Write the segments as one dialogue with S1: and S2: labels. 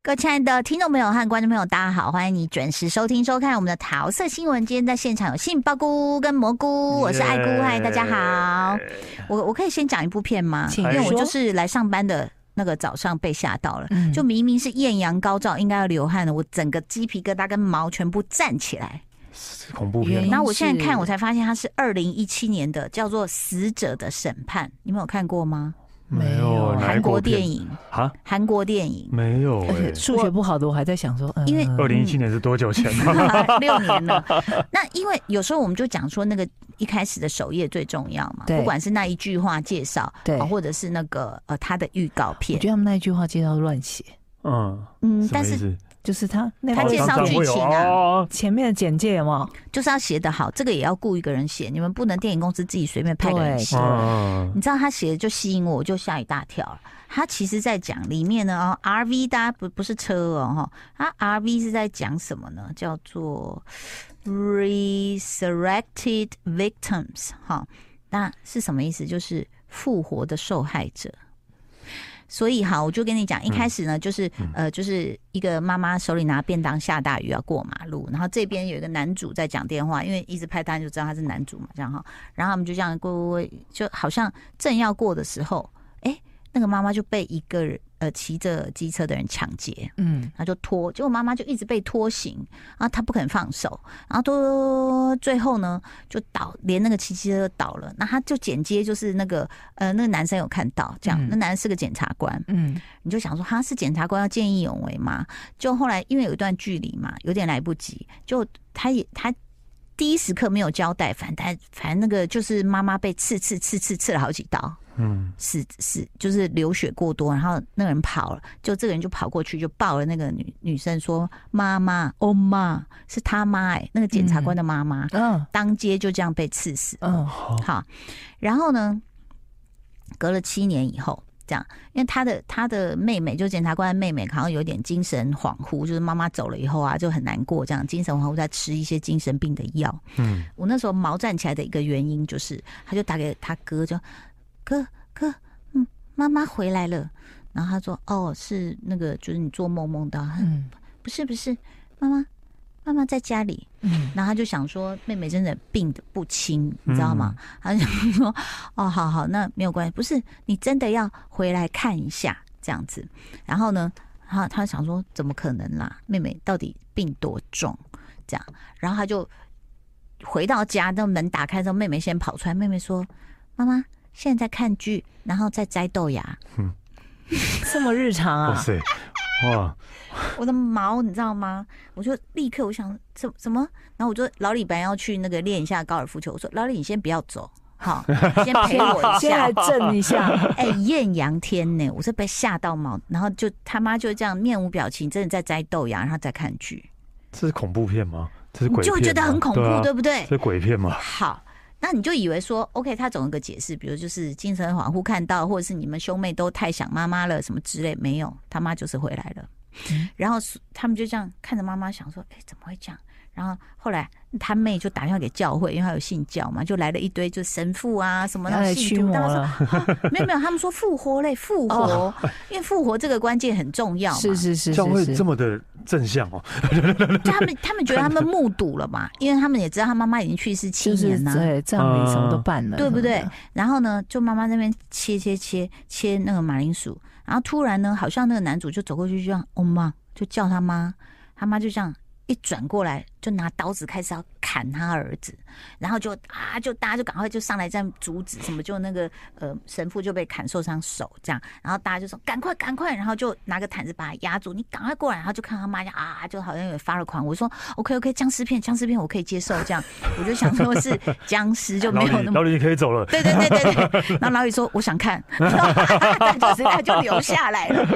S1: 各位亲爱的听众朋友和观众朋友，大家好！欢迎你准时收听、收看我们的桃色新闻。今天在现场有杏鲍菇跟蘑菇，我是爱菇，嗨，大家好。我我可以先讲一部片吗？
S2: 请
S1: 因为我
S2: 说
S1: 就是来上班的那个早上被吓到了，
S2: 嗯
S1: 就明明是艳阳高照，应该要流汗的，我整个鸡皮疙瘩跟毛全部站起来。
S3: 恐怖
S2: 原
S3: 片啊
S2: 因
S1: 然后我现在看，
S2: 哎是
S1: 我才发现它是二零一七年的，叫做《死者的审判》，你们有看过吗？
S2: 没有
S3: 哪一
S1: 韩国
S3: 国
S1: 电
S3: 片
S1: 影，
S3: 啊？
S1: 韩国电影。
S3: 没有
S2: 而
S3: 哎
S2: 且，呃数学不好的我还在想说，嗯
S1: 因为
S3: 二零一七年是多 久前
S1: 六年 了。那因为有时候我们就讲说，那个一开始的首页最重要嘛，
S2: 对
S1: 不管是那一句话介绍，
S2: 对
S1: 啊或者是那个呃他的预告
S2: 我
S1: 片
S2: 觉，得他们那一句话介绍乱写，
S3: 嗯，
S1: 嗯，
S3: 什
S1: 但
S3: 么意
S1: 是
S3: 思？
S2: 就是他那
S1: 他
S2: 部
S1: 介绍
S3: 常常
S1: 剧
S3: 会有
S1: 情啊
S3: 哦
S2: 前面的简介有没有？
S1: 就是要写得好，这个也要雇一个人写，你们不能电影公司自己随便派个人
S2: 对
S1: 写
S2: 对。
S3: 嗯，
S1: 你知道他写的就吸引我，我就吓一大跳了。他其实在讲里面呢，哦，RV 大家不不是车哦，哈，他 RV 是在讲什么呢？叫做 resurrected victims 哈，那是什么意思？就是复活的受害者。所以好，我就跟你讲，一开始呢，就是、呃，就是一个妈妈手里拿便当，下大雨要过马路，然后这边有一个男主在讲电话，因为一直拍他就知道他是男主嘛，这样哈，然后他们就这样过过过，就好像正要过的时候，哎，那个妈妈就被一个人呃骑着机车的人抢劫，
S2: 嗯，
S1: 然后就拖，结果妈妈就一直被拖行，然后她不肯放手，然后拖最后呢就倒，连那个骑机车都倒了，那他就剪接就是那个呃那个男生有看到这样，
S2: 嗯
S1: 那男生是个检察官，
S2: 嗯，
S1: 你就想说他是检察官要见义勇为嘛？就后来因为有一段距离嘛，有点来不及，就他也他第一时刻没有交代，反正反正那个就是妈妈被刺刺刺刺刺了好几刀，
S3: 嗯，
S1: 死死就是流血过多，然后那个人跑了，就这个人就跑过去就抱了那个女女生说妈妈哦妈是他妈哎、那个检察官的妈妈、
S2: 嗯
S1: 当街就这样被刺死，
S2: 嗯，
S3: 好，
S1: 好，然后呢，隔了七年以后，这样，因为他的他的妹妹，就检察官的妹妹，好像有点精神恍惚，就是妈妈走了以后啊，就很难过，这样精神恍惚，在吃一些精神病的药。
S3: 嗯，
S1: 我那时候毛站起来的一个原因就是，他就打给他哥，就哥哥，嗯，妈妈回来了。然后他说：“哦，是那个，就是你做梦梦到，
S2: 嗯
S1: 不是不是，妈妈，妈妈在家里。”
S2: 嗯，
S1: 然后他就想说，妹妹真的病得不轻，你知道吗？他就想说， 哦，好好，那没有关系，不是你真的要回来看一下这样子。然后呢，然后他想说，怎么可能啦？妹妹到底病多重？这样，然后他就回到家，那门打开之后，妹妹先跑出来，妹妹说：“妈妈，现在在看剧，然后在摘豆芽。”
S2: 这么日常
S3: 哇
S2: 啊，
S3: 塞，哇，
S1: 我的毛，你知道吗？我就立刻我想怎怎么，然后我就老李本来要去那个练一下高尔夫球，我说老李你先不要走， 好，你先陪我一
S2: 先
S1: 下
S2: 来。震 一下，
S1: 哎，艳阳天呢，我是被吓到毛，然后就他妈就这样面无表情，真的在摘豆芽，然后再看剧，
S3: 这是恐怖片吗？这是
S1: 你
S3: 鬼片吗，
S1: 就会觉得很恐怖，
S3: 啊
S1: 对不对
S3: 这？是鬼片吗？
S1: 好，那你就以为说，OK，他总有一个解释，比如就是精神恍惚看到，或者是你们兄妹都太想妈妈了什么之类，没有，他妈就是回来了。
S2: 嗯
S1: 然后是他们就这样看着妈妈，想说，哎，怎么会这样？然后后来他妹就打电话给教会，因为他有信教嘛，就来了一堆就神父啊什么
S2: 要
S1: 的
S2: 来
S1: 信
S2: 哎驱
S1: 徒，
S2: 魔
S1: 大家说
S2: 了，
S1: 没有没有，他们说复活嘞，复活，
S2: 哦
S1: 因为复活这个关键很重要嘛。啊
S2: 是是是
S3: 教会
S2: 是
S3: 这
S2: 是，
S3: 么的正向哦，
S1: 就他们他们觉得他们目睹了嘛，因为他们也知道他妈妈已经去世七
S2: 就是
S1: 年了、啊
S2: 对葬礼什么都办了，
S1: 对不对
S2: 什么的？
S1: 然后呢，就妈妈那边切切切切那个马铃薯，然后突然呢，好像那个男主就走过去，就这样，哦妈，就叫他妈，他妈就这样一转过来，就拿刀子开始要砍他儿子，然后就啊，就大家就赶快就上来这样阻止，什么就那个呃神父就被砍受伤手这样，然后大家就说赶快赶快，然后就拿个毯子把他压住，你赶快过来，然后就看他妈这样啊，就好像有点发了狂，我说 OK OK 僵尸片僵尸片我可以接受这样，我就想说是僵尸就
S3: 老
S1: 没有
S3: 李，
S1: 那么
S3: 老李你可以走了，
S1: 对对对对对。 然后老李说：“我想 看。” 他就是他就留下来了。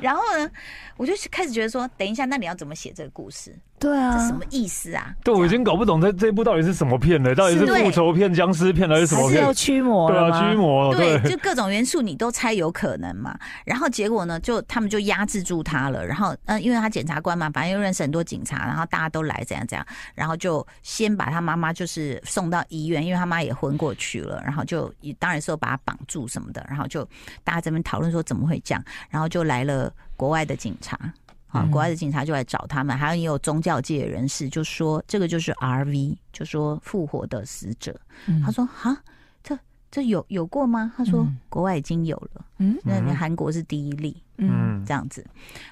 S1: 然后呢，我就开始觉得说，等一下，那你要怎么写这个故事？
S2: 对
S1: 这什
S2: 啊
S1: 么，意思啊？
S3: 对我已经搞不懂这这一部到底是什么片了，到底是
S1: 是对
S3: 复仇片、僵尸片还是什
S2: 还
S3: 么
S2: 是要
S3: 片？
S2: 驱魔
S3: 对
S2: 了
S3: 啊，
S2: 吗
S3: 驱？魔，
S1: 对
S3: 对，，
S1: 就各种元素你都猜有可能嘛。然后结果呢，就他们就压制住他了。然后，嗯、因为他检察官嘛，反正又认识很多警察，然后大家都来怎样怎样，然后就先把他妈妈就是送到医院，因为他妈也昏过去了，然后就当然是有把他绑住什么的，然后就大家这边讨论说怎么会这样，然后就来了国外的警察。啊
S2: 嗯，
S1: 国外的警察就来找他们，还有也有宗教界的人士就说这个就是 RV，就说复活的死者。
S2: 嗯
S1: 他说哈，这这有有过吗？他说
S2: 嗯
S1: 国外已经有了，
S2: 嗯
S1: 那
S3: 嗯
S1: 韩国是第一例
S3: 嗯，
S1: 这样子。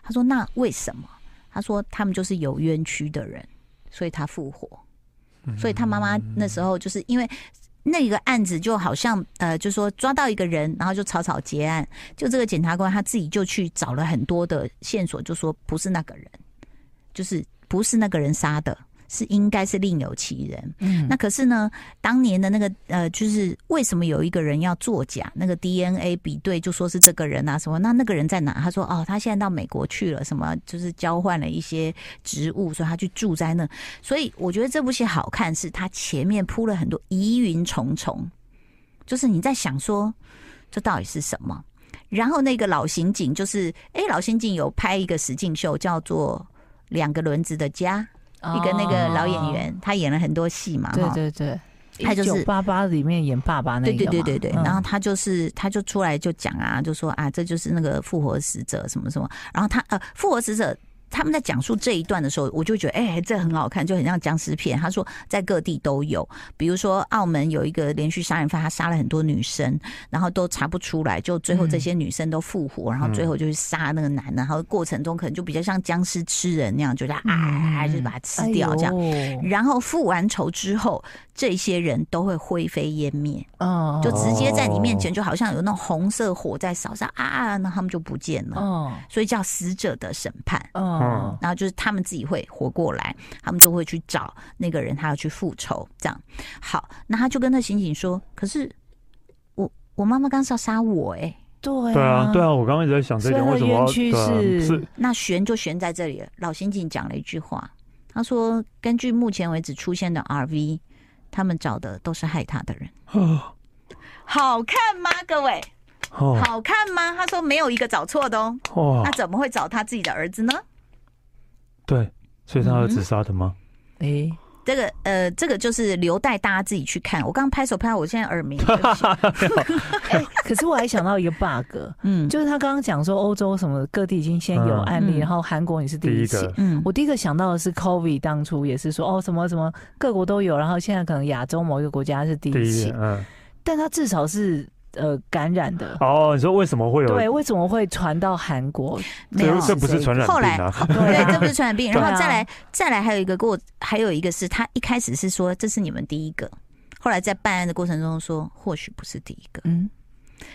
S1: 他说那为什么？他说他们就是有冤屈的人，所以他复活。
S3: 嗯
S1: 所以他妈妈那时候就是因为那个案子，就好像呃，就说抓到一个人，然后就草草结案。就这个检察官他自己就去找了很多的线索，就说不是那个人，就是不是那个人杀的，是应该是另有其人。
S2: 嗯
S1: 那可是呢，当年的那个呃，就是为什么有一个人要作假？那个 DNA 比对就说是这个人啊什么？那那个人在哪？他说哦，他现在到美国去了，什么就是交换了一些职务，所以他去住在那。所以我觉得这部戏好看，是它前面铺了很多疑云重重，就是你在想说这到底是什么。然后那个老刑警就是，哎，老刑警有拍一个实境秀，叫做《两个轮子的家》，一个那个老演，员，他演了很多戏嘛，
S2: 哦对
S1: 哈
S2: 对对，
S1: 他就是
S2: 一九八八里面演爸爸那个
S1: 对
S2: 嘛，
S1: 对对对对，
S2: 嗯
S1: 然后他就是他就出来就讲啊，就说啊，这就是那个复活使者什么什么，然后他呃复活使者。他们在讲述这一段的时候，我就觉得，哎、这很好看，就很像僵尸片。他说，在各地都有，比如说澳门有一个连续杀人犯，他杀了很多女生，然后都查不出来，就最后这些女生都复活，
S2: 嗯
S1: 然后最后就去杀那个男的，然后过程中可能就比较像僵尸吃人那样，就是啊，
S2: 嗯
S1: 就是把他吃掉这样。
S2: 哎呦
S1: 然后复完仇之后，这些人都会灰飞烟灭。
S2: 哦，
S1: 就直接在你面前，就好像有那种红色火在烧上啊，那他们就不见了，
S2: 哦
S1: 所以叫死者的审判。
S3: 嗯
S2: 哦，
S1: 然后就是他们自己会活过来，他们就会去找那个人，他要去复仇。这样好，那他就跟那刑警说：“可是我我妈妈刚是要杀我哎、
S2: 对
S3: 对啊，对
S2: 啊，
S3: 啊，我刚刚一直在想这
S2: 所以
S3: 点，
S2: 他的
S3: 为什么要
S2: 冤屈
S3: 对啊
S2: 是
S3: 是
S1: 那悬就悬在这里了。老刑警讲了一句话，他说：“根据目前为止出现的 RV，他们找的都是害他的人。
S3: 哦”
S1: 好看吗，各位？好看吗？他说没有一个找错的哦。
S3: 哦
S1: 那，怎么会找他自己的儿子呢？
S3: 对，所以他儿
S2: 嗯
S3: 子杀的吗？
S2: 哎，
S1: 这个呃，这个就是留待大家自己去看。我刚刚拍手拍到我现在耳 鸣，对不起
S2: 可是我还想到一个 bug，
S1: 嗯，
S2: 就是他刚刚讲说欧洲什么各地已经先有
S3: 嗯
S2: 案例，
S1: 嗯
S2: 然后韩国你是第
S3: 第
S2: 一
S3: 一
S2: 起
S3: 个。
S1: 嗯，
S2: 我第一个想到的是 COVID，当初也是说哦什么什么各国都有，然后现在可能亚洲某一个国家是第
S3: 第
S2: 一
S3: 一
S2: 起
S3: 眼，，嗯，
S2: 但它至少是呃感染的。
S3: 哦，你说为什么会有？
S2: 对，为什么会传到韩国？
S1: 没有
S3: 这这不是传染病
S1: 后来哦
S3: 啊，
S2: 对
S1: 对，
S2: 啊
S1: 这不是传染病。
S2: 对啊
S1: 然后再来，再来还有一个给我，还有一个是他一开始是说这是你们第一个，后来在办案的过程中说或许不是第一个，
S2: 嗯，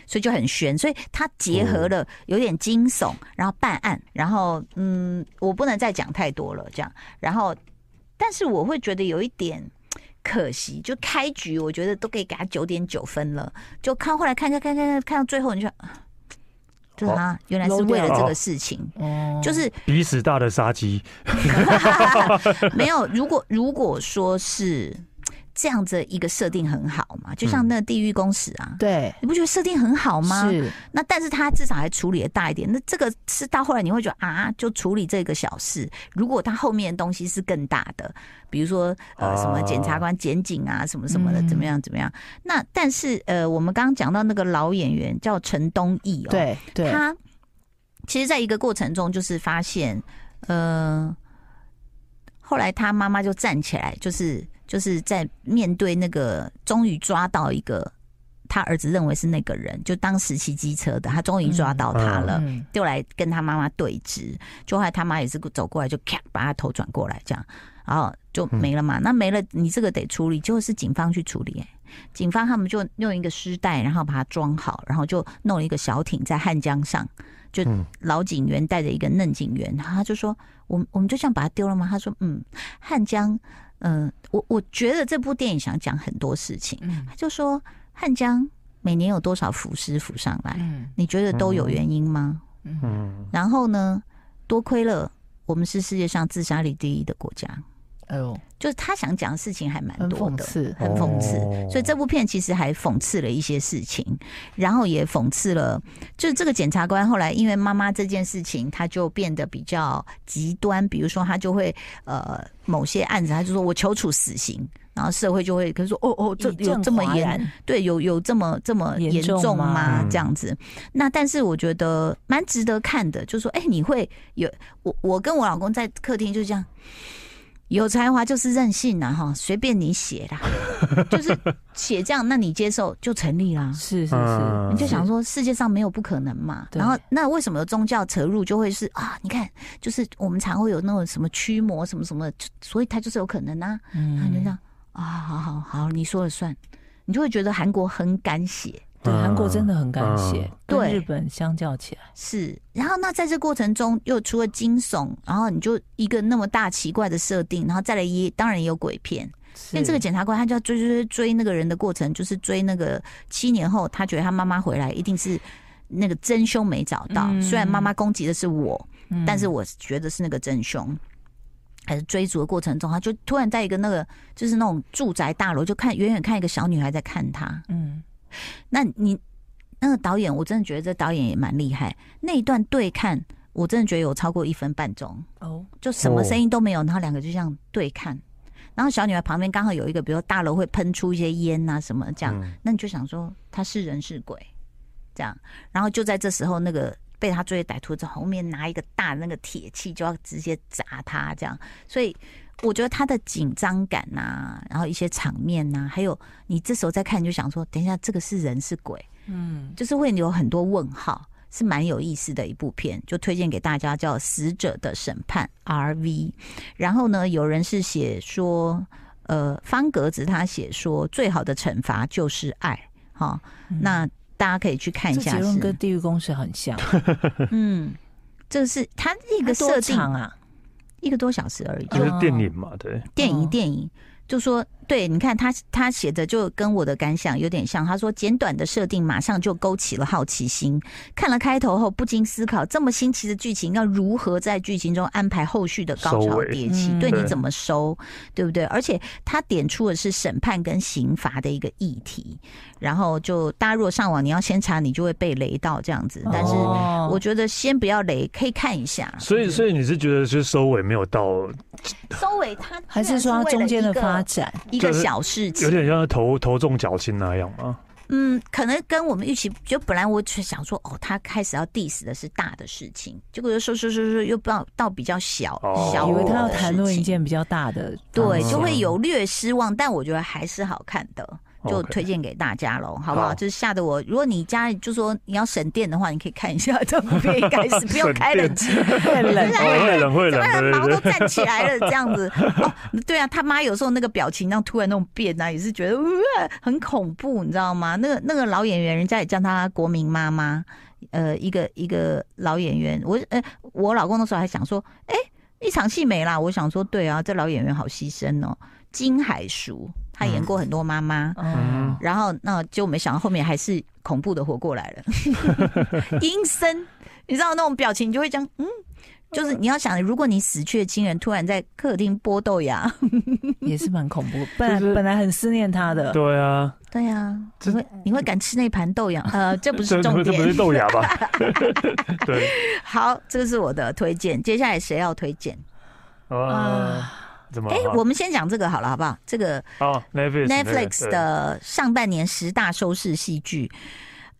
S1: 所以就很悬。所以他结合了有点惊悚，然后办案，然后嗯，我不能再讲太多了，这样。然后，但是我会觉得有一点。可惜，就开局我觉得都可以给他九点九分了，就看后来看看看看看看到最后，你就 啊就是他原来是为了这个事情，
S2: 哦
S1: 就是
S3: 鼻屎大的杀鸡，
S1: 没有，如果如果说是这样子一个设定很好嘛，就像那个地狱公使啊，
S2: 对，
S1: 你不觉得设定很好吗？
S2: 是
S1: 那但是他至少还处理的大一点。那这个是到后来你会觉得啊，就处理这个小事。如果他后面的东西是更大的，比如说呃
S3: 啊
S1: 什么检察官、检警啊什么什么的，
S2: 嗯
S1: 怎么样怎么样？那但是呃，我们刚刚讲到那个老演员叫陈东义哦，
S2: 对对，
S1: 他其实在一个过程中就是发现，呃，后来他妈妈就站起来，就是就是在面对那个，终于抓到一个他儿子认为是那个人，就当时骑机车的，他终于抓到他了。
S2: 嗯
S1: 就来跟他妈妈对峙，就后来他妈也是走过来，就咔把他头转过来这样，然后就没了嘛。那没了，你这个得处理，结果是警方去处理、欸。警方他们就用一个尸袋，然后把它装好，然后就弄了一个小艇在汉江上。就
S3: 嗯
S1: 老警员带着一个嫩警员，然后他就说：“我们我们就这样把它丢了吗？”他说：“嗯，汉江，嗯、我我觉得这部电影想讲很多事情，
S2: 嗯
S1: 他就说汉江每年有多少浮尸浮上来？
S2: 嗯
S1: 你觉得都有原因吗？
S2: 嗯
S3: 嗯，
S1: 然后呢，多亏了我们是世界上自杀率第一的国家，
S2: 哎呦，
S1: 就是他想讲的事情还蛮
S2: 很
S1: 多
S2: 讽
S1: 的，
S2: 刺，
S1: 很讽刺。
S3: 哦
S1: 所以这部片其实还讽刺了一些事情，然后也讽刺了，就是这个检察官后来因为妈妈这件事情，他就变得比较极端，比如说他就会呃某些案子，他就说我求处死刑。然后社会就会跟说哦哦，这
S2: 以
S1: 有
S2: 正
S1: 这么
S2: 哗
S1: 严
S2: 然，
S1: 对，有有这么这么
S2: 严
S1: 严
S2: 重
S1: 重
S2: 吗
S1: 吗？
S3: 嗯
S1: 这样子，那但是我觉得蛮值得看的，就说，哎、你会有我，我跟我老公在客厅就这样，有才华就是任性啦，哈，随便你写啦， 就是写这样，那你接受就成立啦。
S2: 是是是，
S3: 嗯
S1: 你就想说世界上没有不可能嘛，
S2: 对
S1: 然后那为什么有宗教扯入就会是啊？你看，就是我们常会有那种什么驱魔什么什么的，就所以它就是有可能啊。然后你就这
S2: 嗯，
S1: 样啊，好好好，你说了算，你就会觉得韩国很敢写。
S2: 对，
S3: 嗯
S2: 韩国真的很敢写，跟
S1: 对
S2: 日本相较起来，
S1: 是，然后那在这过程中，又除了惊悚，然后你就一个那么大奇怪的设定，然后再来一，当然也有鬼片。
S2: 是
S1: 但这个检察官他就要追追追追那个人的过程，就是追那个七年后，他觉得他妈妈回来一定是那个真凶没找到，
S2: 嗯
S1: 虽然妈妈攻击的是我，
S2: 嗯
S1: 但是我觉得是那个真凶。还是追逐的过程中，他就突然在一个那个就是那种住宅大楼，就看远远看一个小女孩在看他，
S2: 嗯，
S1: 那你那个导演，我真的觉得这导演也蛮厉害。那一段对看，我真的觉得有超过一分半钟，
S2: 哦，
S1: 就什么
S3: 哦
S1: 声音都没有，然后两个就这样对看。然后小女孩旁边刚好有一个，比如说大楼会喷出一些烟啊什么这样，
S3: 嗯
S1: 那你就想说他是人是鬼，这样。然后就在这时候，那个被他追的歹徒在后面拿一个大的那个铁器，就要直接砸他这样。所以我觉得他的紧张感呐、然后一些场面呐、还有你这时候再看，你就想说，等一下这个是人是鬼，
S2: 嗯，
S1: 就是会有很多问号。是蛮有意思的一部片，就推荐给大家，叫《死者的审判》（R.V.）。然后呢，有人是写说，呃，方格子他写说，最好的惩罚就是爱。哈、
S2: 嗯
S1: 那大家可以去看一
S2: 这
S1: 下
S2: 结
S1: 是
S2: 论，跟《地狱公使》很像，
S1: 嗯，这是它一
S2: 一
S1: 个设定
S2: 场啊，
S1: 一个多小时而已，
S2: 哦
S1: 就
S3: 就
S1: 是
S3: 电影嘛，对，
S1: 电影
S2: 嗯
S1: 电影。
S3: 哦
S1: 就说对，你看他他写的就跟我的感想有点像。他说简短的设定马上就勾起了好奇心，看了开头后不禁思考，这么新奇的剧情要如何在剧情中安排后续的高
S3: 收
S1: 潮
S3: 尾
S1: 迭起，
S2: 嗯
S1: 对你
S3: 对
S1: 怎么收，对不对？而且他点出的是审判跟刑罚的一个议题，然后就大家如果上网你要先查，你就会被雷到这样子。但是
S2: 哦
S1: 我觉得先不要雷，可以看一下。
S3: 所以所以你是觉得是收尾没有到，
S1: 收尾他
S2: 还是说它中间的发展，
S1: 一个小事
S3: 有
S1: 情，
S3: 点像头头重脚轻那样吗？
S1: 嗯，可能跟我们预期，就本来我只想说，哦，他开始要 diss 的是大的事情，结果又说说说说又到到比较小、
S3: 哦嗯
S1: 小
S2: 以为他要
S1: 的
S2: 谈论一
S1: 事情，
S2: 件比较大的方
S1: 对，
S2: 向，
S1: 就会有略失望，但我觉得还是好看的。就
S3: 哦 OK
S1: 推荐给大家喽，好不好？
S3: 好
S1: 就是吓得我，如果你家里就说你要省电的话，你可以看一下 这部片，应该是不用开冷气，
S2: 太冷
S1: 对
S3: 哦会冷会
S1: 怎
S3: 冷，
S1: 么
S3: 对
S1: 毛
S3: 对
S1: 都
S3: 对。
S1: 站起来了这样子？哦，对啊，他妈有时候那个表情，那样突然那种变啊，也是觉得、呃、很恐怖，你知道吗？那个那个老演员，人家也叫她国民妈妈，呃，一个一个老演员。我呃，我老公那时候还想说，哎、一场戏没啦。我想说，对啊，这老演员好牺牲哦。金海淑，她演过很多妈妈。
S2: 嗯，
S1: 然后，那就没想到后面还是恐怖的活过 来了，阴森，你知道那种表情，你就会讲，嗯，就是你要想，如果你死去的亲人突然在客厅剥豆 芽，
S2: 也是蛮恐怖。本来
S3: 就是
S2: 本来很思念他的，
S3: 对啊，
S1: 对呀、啊，你
S3: 这
S1: 会你会敢吃那盘豆芽？呃，这不是
S3: 这这
S1: 重
S3: 不是
S1: 点。
S3: 豆芽吧？ 对
S1: 好，这个是我的推荐，接下来谁要推荐？
S3: 啊，
S2: 啊，
S3: 怎么
S1: 哎、
S3: 了？
S1: 我们先讲这个好了，好不好？这个
S3: 哦 Netflix
S1: Netflix 的上半年十大收视戏剧，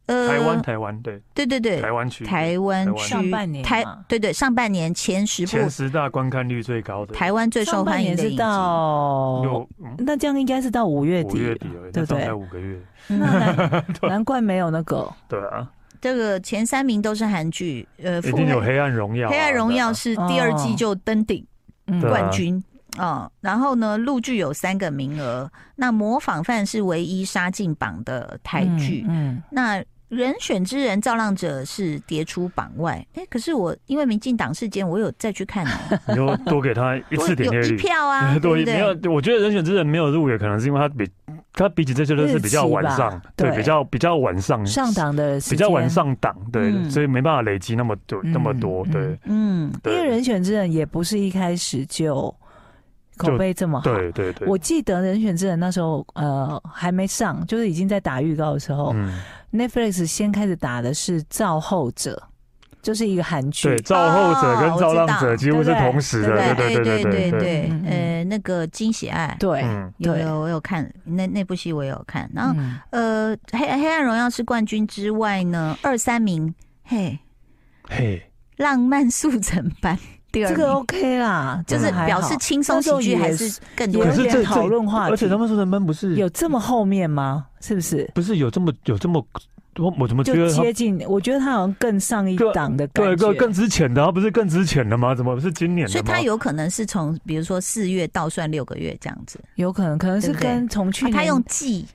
S3: 对台湾
S1: 呃，
S3: 台湾对
S1: 对对对，
S3: 台湾区
S1: 台湾
S3: 台湾
S1: 区
S2: 上半年
S1: 台
S2: 嘛
S1: 对对上半年前十部
S3: 前十大观看率最高的
S1: 台湾最受
S2: 上半
S1: 欢迎
S2: 年
S1: 的
S2: 是
S1: 影集，
S2: 到
S3: 有嗯
S2: 那这样应该是到五月
S3: 五
S2: 底
S3: 月底
S2: 了，
S3: 而已，
S2: 对
S3: 那
S2: 不
S3: 上才
S2: 对？
S3: 五个月，
S2: 那
S1: 嗯，
S2: 难难怪没有那个
S3: 对啊，
S1: 这个前三名都是韩剧，呃，
S3: 一
S1: 腹
S3: 定有《
S1: 黑
S3: 黑暗荣耀》啊，
S1: 黑暗荣耀
S3: 对啊
S1: 是第二季就登顶
S2: 嗯
S3: 对啊
S1: 冠军。哦，然后呢，陆剧有三个名额，那模仿犯是唯一杀进榜的台剧，
S2: 嗯，
S1: 那人选之人造浪者是跌出榜外。哎，可是我因为民进党事件，我有再去看哦，
S3: 你就多给他 一次点
S1: 有
S3: 阅
S1: 一
S3: 率。
S1: 票啊，对
S3: 对，
S1: 不
S3: 没
S1: 对？
S3: 有，我觉得人选之人没有入围，可能是因为他比他比起这些都是比较晚
S2: 日
S3: 上
S2: 期吧，
S3: 对，
S2: 对
S3: 比较比较晚上，
S2: 上档的
S3: 嗯
S2: 时
S3: 比较晚
S2: 间，
S3: 上档，对，
S1: 嗯
S3: 所以没办法累积那么多
S2: 嗯
S3: 那么多，对
S2: 嗯
S1: 嗯，
S2: 因
S3: 对，
S2: 为人选之人也不是一开始就口碑这么好。
S3: 对对对，
S2: 我记得《人选之人》那时候，呃，还没上，就是已经在打预告的时候、
S3: 嗯
S2: n e t f l i x 先开始打的是《造后者》，就是一个韩剧
S3: 对，，造后者跟造浪者几乎是同时的，
S2: 哦我知道
S3: 对
S1: 对
S3: 对对。
S1: 对
S2: 嗯，嗯
S1: 呃，那个金喜爱，
S2: 对，
S3: 嗯，
S1: 有
S2: 对
S1: 有我有看那那部戏，我也有看。然后
S2: 嗯
S1: 呃，黑黑暗荣耀是冠军之外呢，二三名，嘿，
S3: 嘿，
S1: 浪漫速成班 第二
S2: 这
S1: 名，
S2: 个 OK 啦，
S1: 就
S2: 真的
S1: 是
S2: 还好
S1: 表示轻松喜剧还是更多
S2: 有
S3: 可
S2: 一
S3: 是
S1: 人。
S3: 这
S2: 点讨论话题，
S3: 而且他们说人们不是
S2: 有这么后面吗？是不是？
S3: 不是有这么有这么，我我怎么觉
S2: 就
S3: 得他
S2: 接近，我觉得他好像更上一
S3: 各
S2: 档的
S3: 对
S2: 感觉
S3: 更，更之前的，他啊不是更之前的吗？怎么是今年的吗？
S1: 所以他有可能是从比如说四月倒算六个月这样子，
S2: 有可能可能是
S1: 对不对
S2: 跟从去
S1: 啊、
S2: 年、
S1: 他用季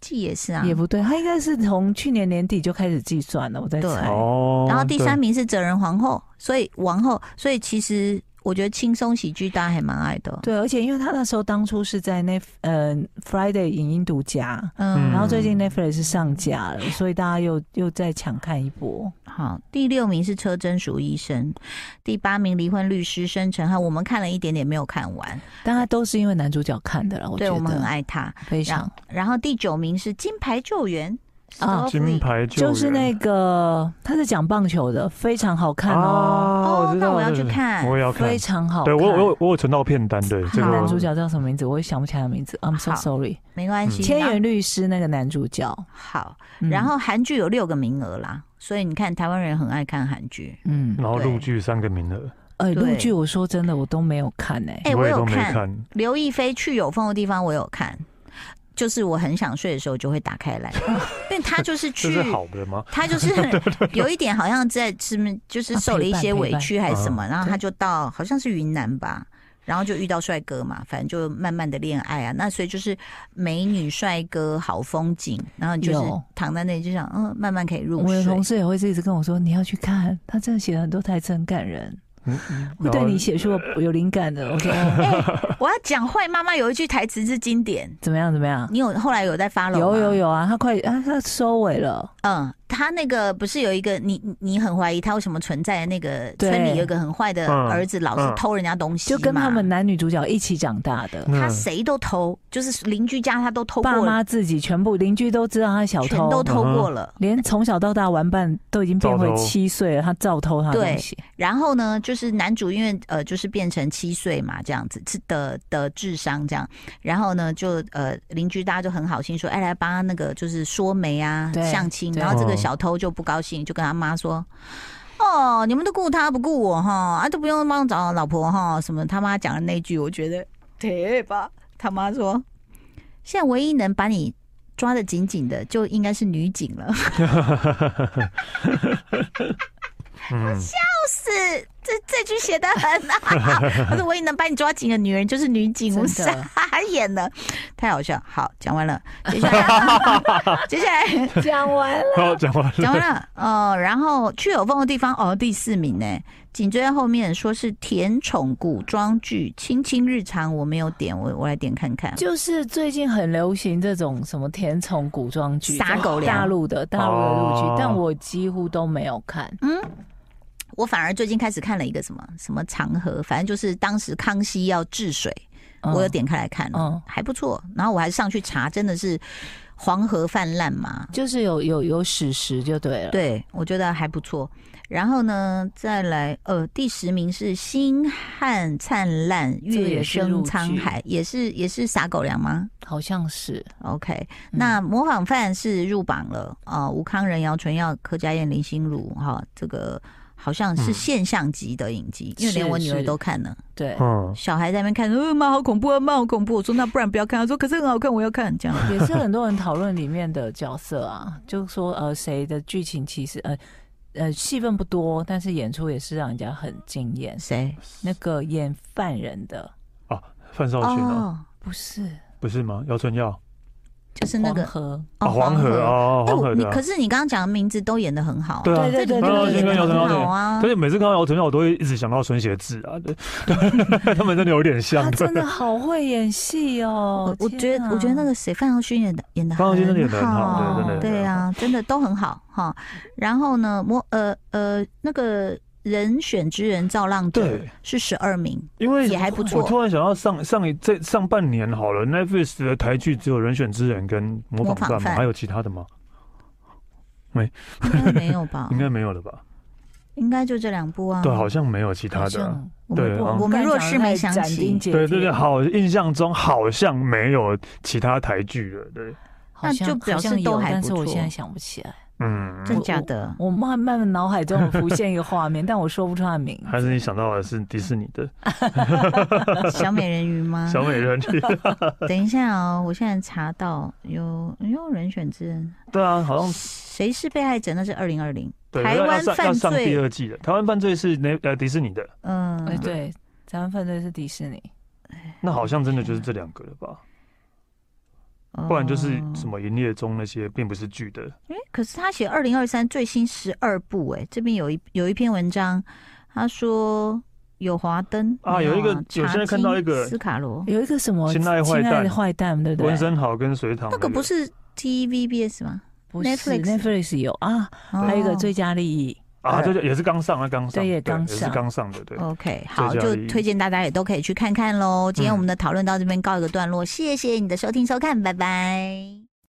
S1: 季也是啊
S2: 也。不对，他应该是从去年年底就开始计算了，我在
S1: 对
S2: 猜。
S3: 哦，
S1: 然后第三
S3: 对
S1: 名是哲人皇后，所以王后，所以其实我觉得轻松喜剧大家还蛮爱的。
S2: 对，而且因为他那时候当初是在那呃 Friday 影音独家，
S1: 嗯，
S2: 然后最近 Netflix 是上架了，所以大家又又再抢看一波。
S1: 好，第六名是车真淑医生，第八名离婚律师申成汉，我们看了一点点没有看完，
S2: 大家都是因为男主角看的了，我觉
S1: 对
S2: 得
S1: 我们很爱他。
S2: 非常
S1: 然然后第九名是金牌救援
S2: 啊
S3: 金
S1: Starfleet
S3: 牌救
S2: 就是
S3: 援
S2: 那个他是讲棒球的，非常好看哦，
S3: 啊，
S1: 哦，
S3: 知
S1: 那
S3: 道
S1: 我要
S3: 对
S1: 去
S3: 对
S1: 看。
S3: 我也要看
S2: 非。常好看。
S3: 对我我有我有存到片单，对这个
S1: 好
S2: 男
S3: 我
S2: 主角叫什么名字？我也想不起来名字，I'm so
S1: 好
S2: sorry。
S1: 没关系。
S3: 嗯
S2: 千
S1: 然后
S2: 元律师那个男主角，
S1: 好，
S2: 嗯
S1: 然后韩剧有六个名额啦，所以你看台湾人很爱看韩剧。
S2: 嗯，
S3: 然后
S1: 对
S3: 陆剧三个名额，
S2: 呃，
S1: 对
S2: 陆剧我说真的我都没有看哎、
S1: 哎
S3: 我也
S1: 我有
S3: 都没
S1: 看
S3: 看。
S1: 刘亦菲去有风的地方我有看，就是我很想睡的时候就会打 开来，因为她就是
S3: 这
S1: 去
S3: 是。好的吗？
S1: 她 就是有一点好像在什么，就是受了一些委屈还是什
S2: 嗯
S1: 么，然后她就到好像是云南吧，然后就遇到帅哥嘛，反正就慢慢的恋爱啊。那所以就是美女帅哥好风景，然后你就是
S2: 有
S1: 躺在那里就想，嗯，慢慢可以入
S2: 我的
S1: 睡。
S2: 同事也会一直跟我说你要去看，他真的写了很多台词很感人，
S3: 嗯
S2: 会对你写出我有灵感的。我说、哦、
S1: 我要讲坏妈妈有一句台词是经典，
S2: 怎么样怎么样？
S1: 你有后 来有在发了？
S2: 有有，有啊，他快啊他收尾了，
S1: 嗯，他那个不是有一个你你你很怀疑他为什么存在的那个
S2: 对
S1: 村里有一个很坏的
S3: 嗯
S1: 儿子，老是
S3: 嗯
S1: 偷人家东西
S2: 就
S1: 嘛，
S2: 跟他们男女主角一起长大的，
S1: 他
S3: 那
S1: 谁都偷，就是邻居家他都偷过
S2: 爸
S1: 了，
S2: 妈自己全部邻居都知道他小
S1: 全
S2: 偷，嗯
S1: 都偷过了。
S2: 连从小到大玩伴都已经变回
S3: 照偷
S2: 七岁了，他照偷他的东西，
S1: 然后呢，就是男主因为呃，就是变成七岁嘛，这样子是的的智商这样。然后呢，就呃邻居大家就很好心说，哎，来帮他那个就是说媒啊
S2: 对、
S1: 相亲。
S2: 对
S1: 然后这个
S3: 哦
S1: 小偷就不高兴，就跟他妈说。哦，你们都顾他不顾我哈，啊都不用帮我找老婆哈，什么他妈讲的那句，我觉得 对吧？他妈说，现在唯一能把你抓得紧紧的，就应该是女警 了。
S3: 嗯，
S1: 是这这句写的很 好，他说唯一能把你抓紧的女人就是女警，我
S2: 真的
S1: 傻眼了，太好笑。好，讲完了，接 下来，接下来
S2: 讲完了。
S3: 好讲完
S1: 讲
S3: 了，
S1: 完了，呃，然后去有风的地方，哦，第四名呢，紧追在后面，说是甜宠古装剧《亲亲日常》，我没有点，我我来点看看。
S2: 就是最近很流行这种什么甜宠古装剧，
S1: 撒狗粮
S2: 大陆的大陆的陆剧
S3: 哦，
S2: 但我几乎都没有看。
S1: 我反而最近开始看了一个什么什么长河，反正就是当时康熙要治水，
S2: 嗯
S1: 我有点开来看了，
S2: 嗯
S1: 还不错。然后我还上去查，真的是黄河泛滥嘛？
S2: 就是有有有史实就对了。
S1: 对，我觉得还不错。然后呢，再来，呃，第十名是《星汉灿烂
S2: 这个
S1: 月
S2: 也是
S1: 升
S2: 陆剧
S1: 沧海》，也是也是撒狗粮吗
S2: 好像是。
S1: ？OK，、
S2: 嗯
S1: 那模仿犯是入榜了啊、吴康仁、姚纯耀、柯佳燕、林心如，哈、这个好像是
S3: 嗯
S1: 现象级的影集，因为
S2: 是
S1: 连我女儿
S2: 是
S1: 都看了。
S2: 对，
S3: 嗯，
S1: 小孩在那边看，呃，妈好恐怖啊，妈好恐怖。我说那不然不要看，他说可是很好看，我要看。这样，
S2: 也是很多人讨论里面的角色啊， 就说呃谁的剧情其实呃呃戏份不多，但是演出也是让人家很惊艳。
S1: 谁？
S2: 那个演犯人的
S3: 范少群啊，
S1: 哦，
S2: 不是
S3: 不是吗？姚春耀
S1: 就是那个
S2: 黄河，
S3: 啊，黄河。哦，
S1: 哎，
S3: 黄
S1: 我
S3: 河
S1: 你
S3: 的啊
S1: 可，是你刚刚讲的名字都演的很好啊，
S3: 对啊，
S2: 对对
S1: 这
S2: 对
S1: 里
S2: 对
S1: 面演
S2: 对
S1: 的
S2: 对
S1: 很好啊
S3: 而。且每次看到姚晨耀，我都会一直想到孙协志啊，对 他们真的有点像
S1: 啊
S2: 他。真的好会演戏哦啊
S1: 我！我觉得，我觉得那个谁范晓萱演的演的
S3: 范晓萱真的演得很
S1: 好，
S2: 好对真的演
S3: 得
S1: 对
S3: 很
S1: 啊，真的都很好哈。然后呢，模呃呃那个人选之人造浪者
S3: 对
S1: 是十二 名，
S3: 因为
S1: 也还不
S3: 我
S1: 错。
S3: 突然想到上上一这上半年好了，Netflix 的台剧只有《人选之人》跟《模仿
S1: 模仿
S3: 犯》嘛，
S1: 犯
S3: 还有其他的吗？
S1: 应该没有吧
S3: 应？该没有了吧？
S1: 应该就这两部啊。
S3: 对，好像没有其他的啊。
S1: 我
S3: 对
S1: 们
S3: 嗯
S1: 我们若是没想
S2: 斩钉
S1: 起，
S2: 截铁
S3: 对对对，，好，印象中好像没有其他台剧了。对，
S2: 好像
S1: 那就表示
S2: 好像有
S1: 都还不
S2: 但是我
S1: 错
S2: 现在想不起来，
S3: 嗯，
S1: 真假 的？
S2: 我慢慢的脑海中浮现一个画面， 但我说不出他的名字。
S3: 还是你想到的是迪士尼的
S1: 小美人鱼吗？
S3: 小美 人鱼？
S1: 等一下哦，我现在查到有有人选之人，
S3: 对啊，好像
S1: 谁是被害者？那是二零二零
S3: 对，
S1: 台湾
S3: 要上
S1: 犯
S3: 要上
S1: 罪
S3: 第二季了。台湾犯罪是那呃迪士尼的，
S1: 嗯
S2: 哎，，对，咱们犯罪是迪士尼，
S3: 那好像真的就是这两个了吧？
S1: 哦
S3: 不然就是什？么营业中那些并不是剧的。
S1: 哎，可是他写二零二三最新十二部，哎，这边有一有一篇文章，他说有华灯
S3: 啊
S1: 没
S3: 有一个
S1: 啊
S3: 有现在看到一个
S1: 查金斯卡罗，
S2: 有一个什么
S3: 亲爱坏
S2: 亲
S3: 蛋
S2: 爱的坏蛋，对不对
S3: 温？森豪跟隋唐
S1: 那个不是 TVBS 吗？
S2: 不是
S1: Netflix
S2: Netflix 有啊，还有一个
S1: 哦
S2: 最佳利益，
S3: 啊，
S2: 呃
S3: 对对，也是刚上，啊，刚上，
S2: 对也刚
S3: 也是
S2: 上
S3: 刚上的，对。
S1: OK，好，
S3: 最佳嗯
S1: 就
S3: 利益
S1: 推荐大家也都可以去看看喽。今天我们的讨论到这边告一个段落，谢谢你的收听收看，拜拜。